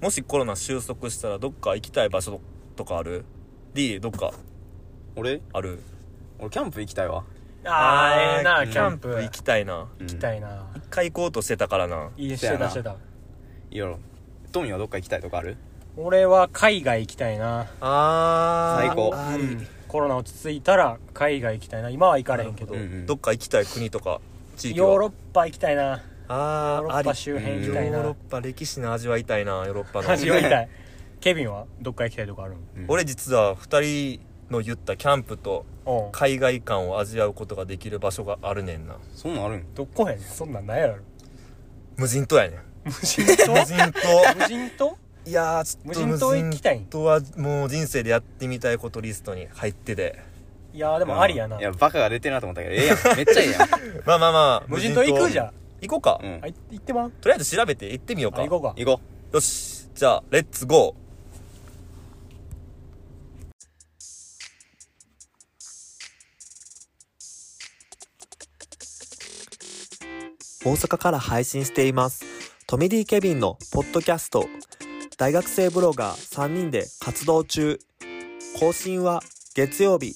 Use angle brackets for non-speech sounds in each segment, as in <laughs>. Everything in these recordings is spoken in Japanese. もしコロナ収束したらどっか行きたい場所とかある ?D どっか俺ある俺キャンプ行きたいわあーええうなんキャンプ行きたいな行行きたいな一回行こうとしてたからないいしそうてやなたしてたいいやろトミーはどっか行きたいとかある俺は海外行きたいなあ最高うんコロナ落ち着いたら海外行きたいな今は行かれへんけどなるほうんうんどっか行きたい国とか地域はヨーロッパ行きたいなヨあーローあッりパ周辺行きたいヨーロッなパ歴史の味わいたいなヨーロッパの味わいたいケビンはどっか行きたいとこあるの俺実は2人の言ったキャンプとおう海外感を味わうことができる場所があるねんなそんなんあるんどこやねんそんなんないやろ無人島やねん無人無島人無人島島いやーちょっと無人島行きたい無人島はもう人生でやってみたいことリストに入ってていやーでもありやないやバカが出てるなと思ったけどええやん <laughs> めっちゃええやんまあまあまあ無人島行くじゃん行こうか、うんあい行ってまうとりあえず調べて行ってみようあか行こうか行こよしじゃあレッツゴ大阪から配信していますトミディケビンのポッドキャスト大学生ブロガー3人で活動中更新は月曜日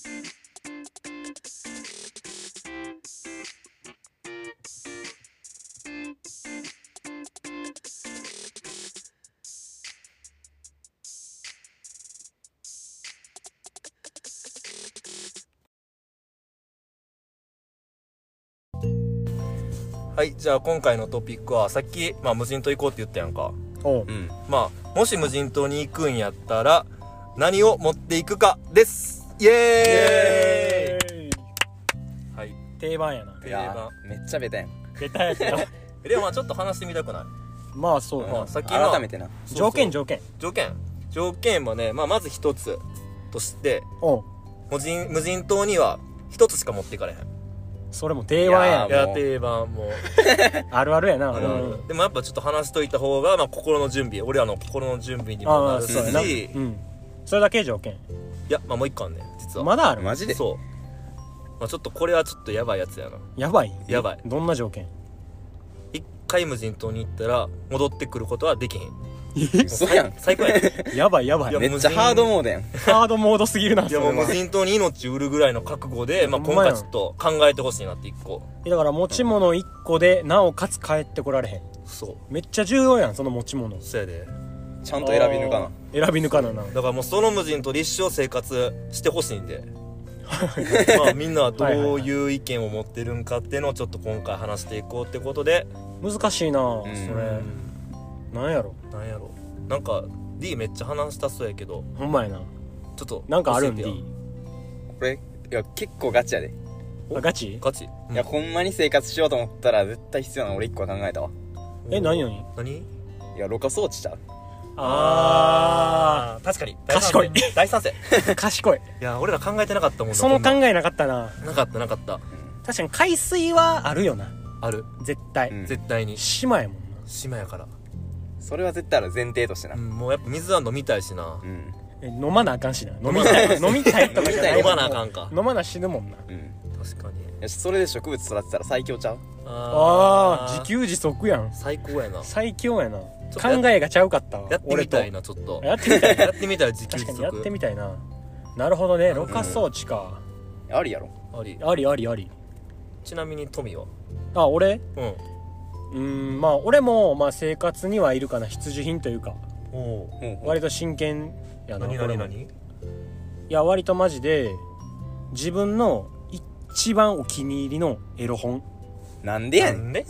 ーはいじゃあ今回のトピックはさっき、まあ、無人島行こうって言ったやんかおうううんまあもし無人島に行くんやったら何を持っていくかですイエーイはい定番やないいややめっちゃベタやんベタやけどえでもまあちょっと話してみたくないまあそうやまなあさっきの改めてなそうそう条件条件条件条件はね、まあ、まず一つとしておう無人無人島には一つしか持っていかれへんそれも定番やあんいもうや定番もうあるあるやなあるあるうんでもやっぱちょっと話しといた方が、まあ、心の準備俺らの心の準備にもあなあるそうやなうしいんそれだけ条件や、まあ、もう一個あんねん実はまだあるマジでそう、まあ、ちょっとこれはちょっとやばいやつやなやばいやばいどんな条件一回無人島に行ったら戻ってくることはできへん嘘やん最高やね <laughs> やばいやばいやめっちゃハードモードやんハードモードすぎるないそやれもうは無人島に命売るぐらいの覚悟で、まあ、ほ今んまや回んちょっと考えてほしいなって一個えだから持ち物1個でなおかつ帰ってこられへんそうめっちゃ重要やんその持ち物そやでちゃんと選び抜かな選び抜かななだからもうその無人と一生生活してほしいん <laughs> でまあみんなはどういう意見を持ってるんかっていうのをちょっと今回話していこうってことで、難しいなそんれなんやろなんやろなんか D めっちゃ話したそうやけどほんまやなちょっとなんかあるん教え D てよこれいや結構ガチやであガチガチ、いやほんまに生活しようと思ったら絶対必要なの俺一個は考えたわえ何何何いやろ過装置ちゃうああ確かに賢い大賛成いー賢いや俺ら考えてなかったもんなその考こんえなかったなななかったなかった確かに海水はあるよなある絶対、うん絶対に島やもんな島やから、 <laughs> それは絶対ある前提としてなうんもうやっぱ水は飲みたいしなう、んえ飲まなあかんしな飲みたい飲みたいとかじゃない飲まなあかんか飲まな死ぬもんなうん確かによしそれで植物育てたら最強ちゃうあー自給給自足やん最高やな最強やなと考えがちゃうかったわやってみたいなちょっと俺とやって <laughs> みたいやってみたら自給確か自にやって足みたいななるほどねろ過装置か、ありやろありありありありちなみに富はあ俺うんうーんまあ俺もまあ生活にはいるかな必需品というかおおほうほう割と真剣やな何これ何も何いや割とマジで自分の一番お気に入りのエロ本なんでやねんんで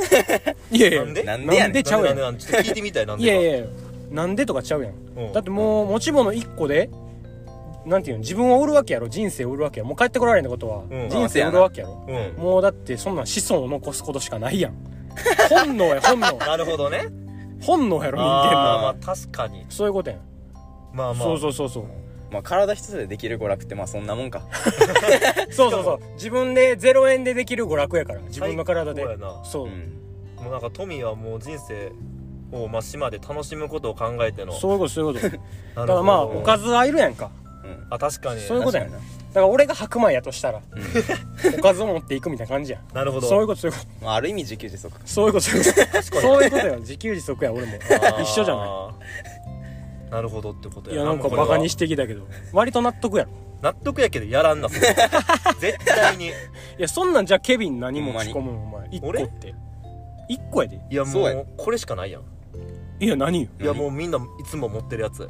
いやいなんでななんでやなんでねちゃうやんなんでちょっと聞いてみたいなんいでかやいやなんでとかちゃうやんうんだってもう持ち物1個でなんていうの自分を売るわけやろ人生を売るわけやもう帰ってこられへんってことは、ん人生を売るわけやろうんもうだってそんなん子孫を残すことしかな <laughs> いやん本能や本能なるほどね本能やろ人間あのーまあ確かにそういうことやん、まあまあそうそうそうそうんまあ体一つでできる娯楽ってまあそんなもんかそうそうそう自分で0円でできる娯楽やから自分の体で最高やなそうう、んもうなんか富はもう人生をまあ島で楽しむことを考えてのそういうことそういうこ <laughs> とだだからまあおかずはいるやんかうんあ確かにそういうことやんだ確かから俺が白米やとしたらになうんおかずを持っていくみたいな感じやんなるほどそういうことそういうことまあある意味自給自足そういうことそういうことそういうことよ自給自足や俺も一緒じゃないいなるほどってこといややなんかバカにしててきたけど割と納得やろ納得やけどやらんなそ <laughs> れ絶対にいやそんなんじゃケビン何も突っ込むのお前1個俺って1個やでいやそもうやうこれしかないやんいや何よいやもうみんないつも持ってるやつ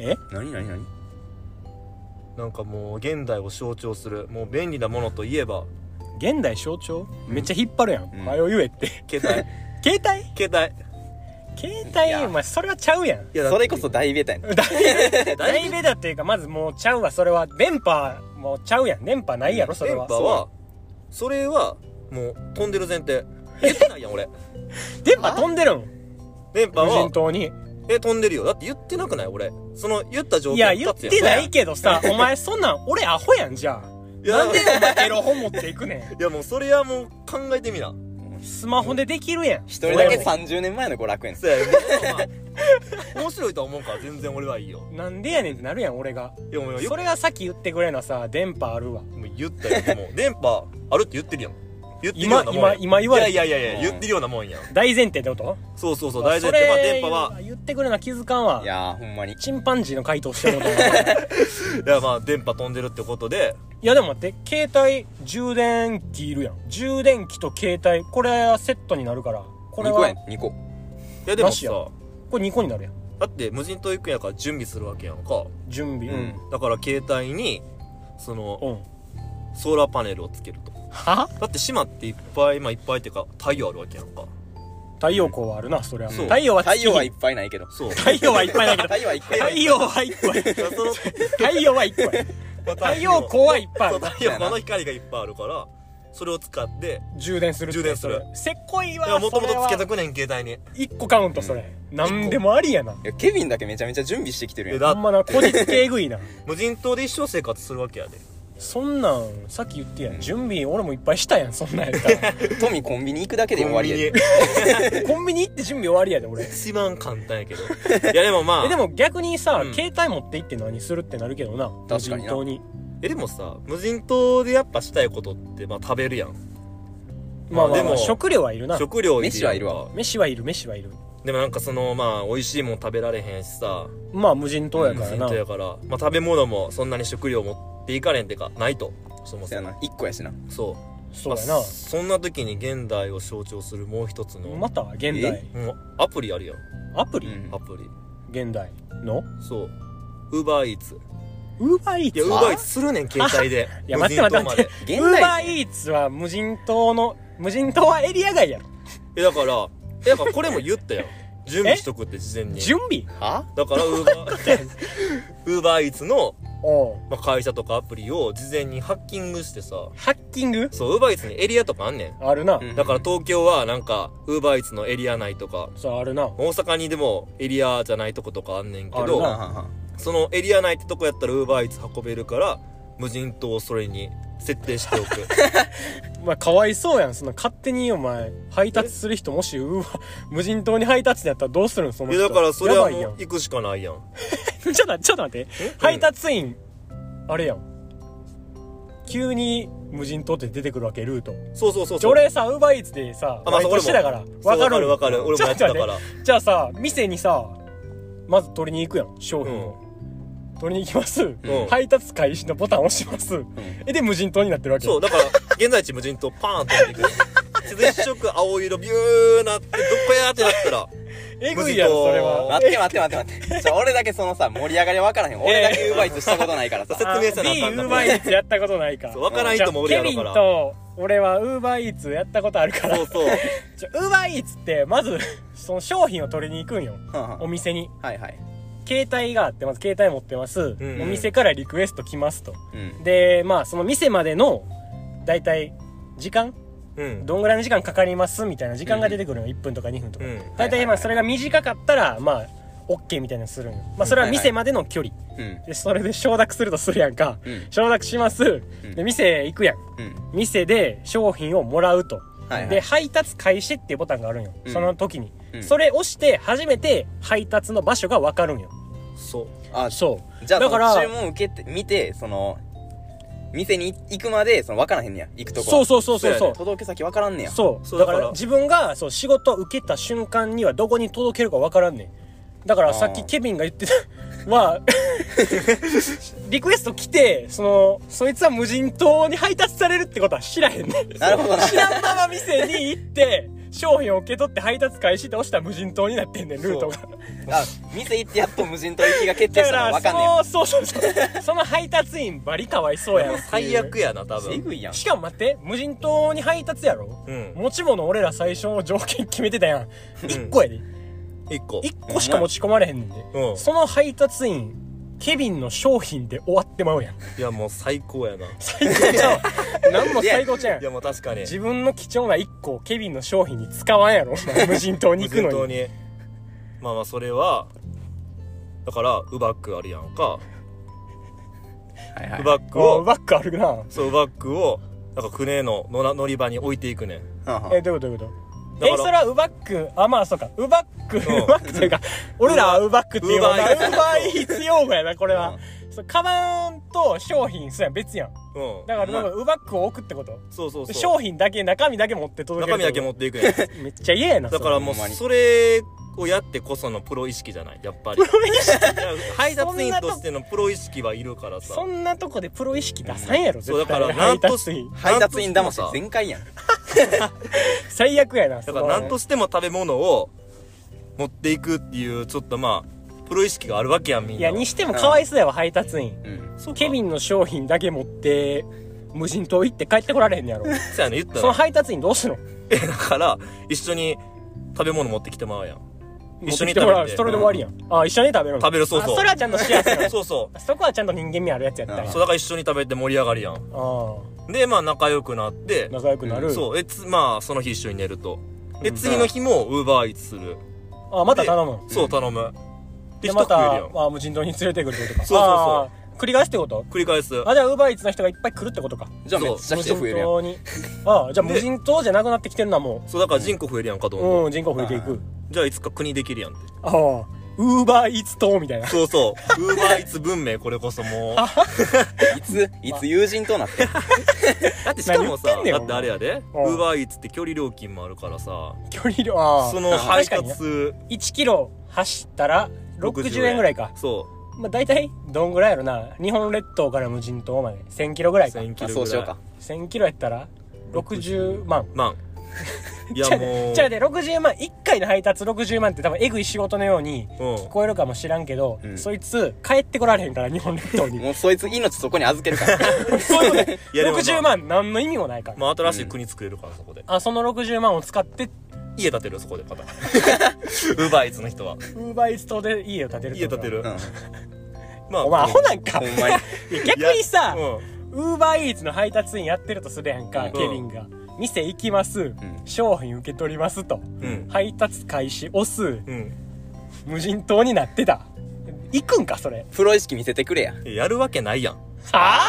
え何何何なんかもう現代を象徴するもう便利なものといえば現代象徴めっちゃ引っ張るやんうん迷うえって携 <laughs> 帯携帯携携や帯お前それはちゃうやん帯いやだってそれこそ大ベタやんだい大ベタっていうかまずもうちゃうわそれは電波もうちゃうやん電波ないやろそれは電波はそれはもう飛んでる前提言ってないやん俺電波飛んでるん電波無人は島にえ飛んでるよだって言ってなくない俺その言った状況いや言っていないけどさお前そんなん俺アホやんじゃあいやなんでお前エロ本持っていくねんいやもうそれはもう考えてみなスマホでできるやん一人だけ30年前の娯楽園そやまあまあ面白いとは思うから全然俺はいいよなんでやねんってなるやん俺がいやもうよそれがさっき言ってくれなさ電波あるわもう言ったよもう電波あるって言ってるやん言ってるよ今うなもん今や今言われたいやいやいやいやうん言ってるようなもんやん大前提ってことそうそうそう大前それ提まあ電波は言ってくれな気づかんわいやーほんまにチンパンジーの回答してるのかないいやまあ電波飛んでるってことでやでも待って携帯充電器いるやん充電器と携帯これはセットになるからこれ2個はやん2個いやでもなしさやこれ2個になるやんだって無人島行くんやから準備するわけやんか準備うんだから携帯にそのうん、うん、ソーラーパネルをつけるとはだって島っていっぱいまあいっぱいっていうか太陽あるわけやんか太陽光はあるなそりゃそう太陽は太月陽はいっぱいないけどそう太陽はいっぱいだけど <laughs> 太陽はいっぱいな太い陽は一個やいやその太陽は一個や太陽光はいっぱいあそうる太陽光の光がいっぱいあるからそれを使って充電するって充電するそれせっこいいわやもともとつけとくくねん携帯に1個カウントそれ、なんでもありやないやケビンだけめちゃめちゃ準備してきてるやえんだほんまなこじつけえぐいな無人島で一生生活するわけやでそんなんさっき言ってやん準備俺もいっぱいしたやんそんなんやったらトミーコンビニ行くだけで終わりやコンビで <laughs> コンビニ行って準備終わりやで俺ニ一番簡単や <laughs> けどいやでもまあえでも逆にさ、うん携帯持って行って何するってなるけどな無確か人にな島にえでもさ無人島でやっぱしたいことってまあ食べるやんまあまあ、でも食料はいるな食料飯はいるわ飯はいる飯はいるでもなんかそのまあ美味しいもん食べられへんしさまあ無人島や無から人な、島やから、まあ、食べ物もそんなに食料持っていかれんってかないとそもそそやもな1個やしなそうそうやまあそんな時に現代を象徴するもう一つの、なまた現代もうアプリあるやんアプリ、うんアプリ現代のそうウーバーイーツウーバーイーいツやウーはバーイーツする <laughs> ねん携帯でいや待って待って待って現ウーバー代イーツは無人島の無人島はエリア外やろえだからえだからこれも言った <laughs> やん準備しとくって事前に準備はだからウー <laughs> バーウーバーイーツの、おうまあ、会社とかアプリを事前にハッキングしてさハッキングそうウーバーイーツにエリアとかあんねんあるな、うんだから東京はなんかウーバーイーツのエリア内とかそうあるな大阪にでもエリアじゃないとことかあんねんけあどるはなあはあはあそのエリア内ってとこやったらウーバーイーツ運べるから無人島をそれに設定しておくまあかわいそうやんその勝手にお前配達する人もしウーバー無人島に配達やったらどうするんそのい人やだからそれやはばいやもうんち行くしかないやんょっと待ってちょっと待って配達員あれやん急に無人島って出てくるわけルートそうそうそうじそゃうあ俺さウーバーイーツでさあまあバイトしてたからそうわかわるかるわかる俺もやってたからじゃあさ店にさまず取りに行くやん商品を、取りに行きます、ん配達開始のボタン押します、えで無人島になってるわけそうだから現在地無人島パーンと飛んでいく <laughs> 地図一色青色ビューなってどっこやーってなったらえぐいやんそれ無人島は待って待って待って待ってちょ俺だけそのさ盛り上がり分からへん俺だけウーバーイーツしたことないからさえー説明せなあかんな B ウーバーイーツやったことないかそうわからん人もおるじゃやあろケビかンらと俺はウーバーイーツやったことあるからそうそうじゃあウーバーイーツってまず <laughs> その商品を取りに行くんよはあはあお店にはいはい携帯があってまず携帯持ってます、んうんお店からリクエスト来ますとうんでまあその店までの大体時間うんどんぐらいの時間かかりますみたいな時間が出てくるの1分とか2分とか、うん大体まあそれが短かったらまあ OK みたいなのするんよ、まあ、それは店までの距離、うんでそれで承諾するとするやんか、うん承諾します、んで店行くやんうん店で商品をもらうと、はいはいで配達開始っていうボタンがあるんよ、うんその時に、うんそれ押して初めて配達の場所が分かるんよそうあそうじゃあだからその注文受けて見てその店に行くまでその分からへんねや行くとこそうそうそうそうそそうう届け先分からんねやそうそうだだかからら自分がそう仕事受けた瞬間にはどこに届けるかわからんねんだからさっきケビンが言ってた <laughs> はリクエスト来てそのそいつは無人島に配達されるってことは知らへんねなるほどな知らんまま店に行って商品を受け取って配達開始って押したら無人島になってんねんルートがあ店行ってやっと無人島行きが決定だしかたのら分かんねそのそうそうそうその配達員バリかわいそうやん最悪やな多ええ分ぐいやんしかも待って無人島に配達やろうん持ち物俺ら最初の条件決めてたやん1個やで1個1個しか持ち込まれへんねんでうんその配達員ケビンの商品で終わってまうやんいやもう最高やない最高ちゃうなんも最高ちゃうややんもう確かに自分の貴重な1個をケビンの商品に使わんやろお前無人島に行く無人の島ににまあまあそれはだからウバックあるやんかはいはウいバックおをバッグあるなそうウバックをなんか船ののら乗り場に置いていくねんはんはんえどういうことどういうことだからえそれはウバックあまあそうかウバック、んウバックというか俺らはウバックっていうウバーイーツウバーイーツ用語やなこれは、そうカバンと商品そうやん別やんうんだからなんかうウバックを置くってことそうそうでそ商う品だけ中身だけ持って届中ける身だけ持っていくねんけめっちゃ嫌やなだからもうほんまにそれをやってこそのプロ意識じゃないやっ <laughs> ぱりそれプロ意識いや配達員としてのプロ意識はいるからさ <laughs> そんなとこでプロ意識出さんやろそう絶だから対な配んと達員配達員なんと魂してもさ全開やん最悪やなだからその何としても食べ物を持っていくっていうちょっとまあプロ意識があるわけやんみんないやにしてもかわいそうやわ配達員うんそうかケビンの商品だけ持って無人島行って帰ってこられへんのやろそうやね言ったそのら配達員どうすんのえだから一緒に食べ物持ってきてもらうやん一緒に食べて持ってきてもらうそれで終わりやんあ一緒に食べるの食べるそうそうあそれはちゃんと幸せ <laughs> やそうそうそこはちゃんと人間味あるやつやったんやうんそうだから一緒に食べて盛り上がりやんあでまあ仲良くなってあ仲良くなるそうえつまあその日一緒に寝るとでうん次の日もウーバーイーツするあまた頼むそう頼むで一でま食えるたやんあ無人島に連れてくるってことかそうそうそうああ繰り返すってこと繰り返すあじゃあウーバーイーツの人がいっぱい来るってことかじゃあそうめっちゃ人増えるやん無人島 <laughs> にああじゃあで無人島じゃなくなってきてるのはもそうだから人口増えるやんかとう思ううん人口増えていくじゃあいつか国できるやんってああウーバーイーツ島みたいな <laughs> そうそうウーバーイーツ文明これこそもういついつ友人とな <laughs> ってだってしかもさ何言ってんねんだってあれやでお前ウーバーイーツって距離料金もあるからさ距離量ああその配確かに達1キロ走ったら60円ぐらいかそうまあ大体どんぐらいやろな日本列島から無人島まで1000キロぐらいか1000キあロそうぐしよらういか1000キロやったら60万万いやちゃうもうちゃうで60万1回の配達60万って多分えぐい仕事のように聞こえるかもしらんけど、うんそいつ帰ってこられへんから日本列島 <laughs> にもうそいつ命そこに預けるからそういうこと <laughs> でいやでもまあ60万何の意味もないから、うんまあ新しい国作れるからそこであその60万を使って家建てるそこでま <laughs> たウーバーイーツの人はウーバーイーツ島で家を建てるって家こと建かてるうんまあお前アホなんかほんまに <laughs> いや逆にさ、うんウーバーイーツの配達員やってるとするやんか、うんケビンが店行きます、商品受け取りますとうん配達開始押すうん無人島になってた行くんかそれプロ意識見せてくれややるわけないやんはあ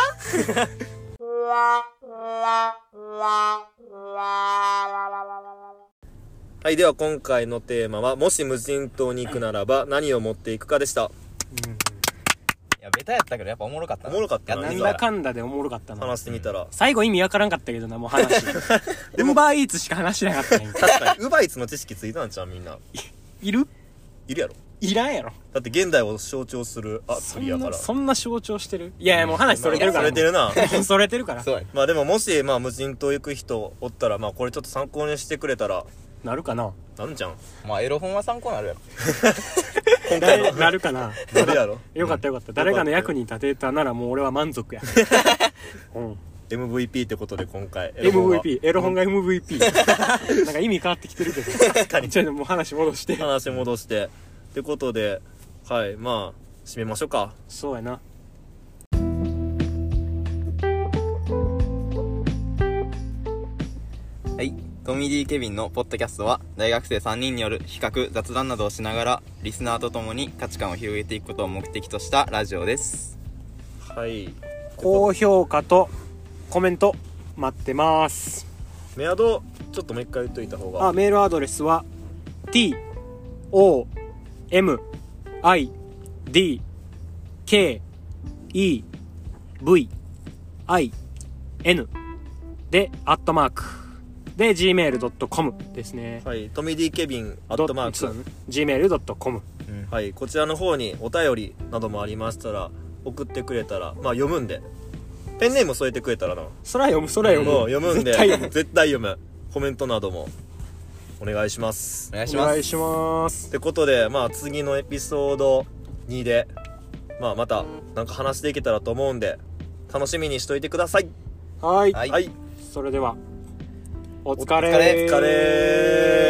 はいでは今回のテーマはもし無人島に行くならば何を持っていくかでしたいやベタやったけどやっぱおもろかったなおもろかったなやっなてんみだたらかんだでおもろかったな話してみたら最後意味わからんかったけどなもう話ウーバーイーツしか話してなかったやん確かにウーバーイーツの知識ついたんちゃうみんないるいるやろいらんやろだって現代を象徴するアそプリやんかならそんな象徴してるいやいやもう話それてるからそれてるなもう <laughs> それてるからそうやまあでももしまあ無人島行く人おったらまあこれちょっと参考にしてくれたらなるかななるんじゃんまあエロ本は参考になるやろ今回誰の <laughs> なるかななるや <laughs> ろよかったよかった誰かの役に立てたならもう俺は満足や、うん、 MVP ってことで今回 MVP エロ本が MVP なんか意味変わってきてるけどかにちょっともう話戻して話戻してってことではいまあ締めましょうかそうやなはいトミー・ディ・ケビンのポッドキャストは大学生3人による比較雑談などをしながらリスナーとともに価値観を広げていくことを目的としたラジオですはい高評価とコメント待ってますメアドちょっともう一回言っといた方あがメールアドレスは t o m i d k e v i n でアットマークで gmail.com ですねはいトミディ・ケビンアアットマークク gmail.com うんはい、こちらの方にお便りなどもありましたら送ってくれたらまあ読むんでペンネーム添えてくれたらなそら読む、そら読む。うん読むんで絶対読む。絶対読むコメントなどもお願いしますお願いしおま願いすしますっ。てことでまあ次のエピソード2でまあまたなんか話していけたらと思うんで楽しみにしといてくださいはい。はいはいそれでは、お疲お疲れ。お疲れ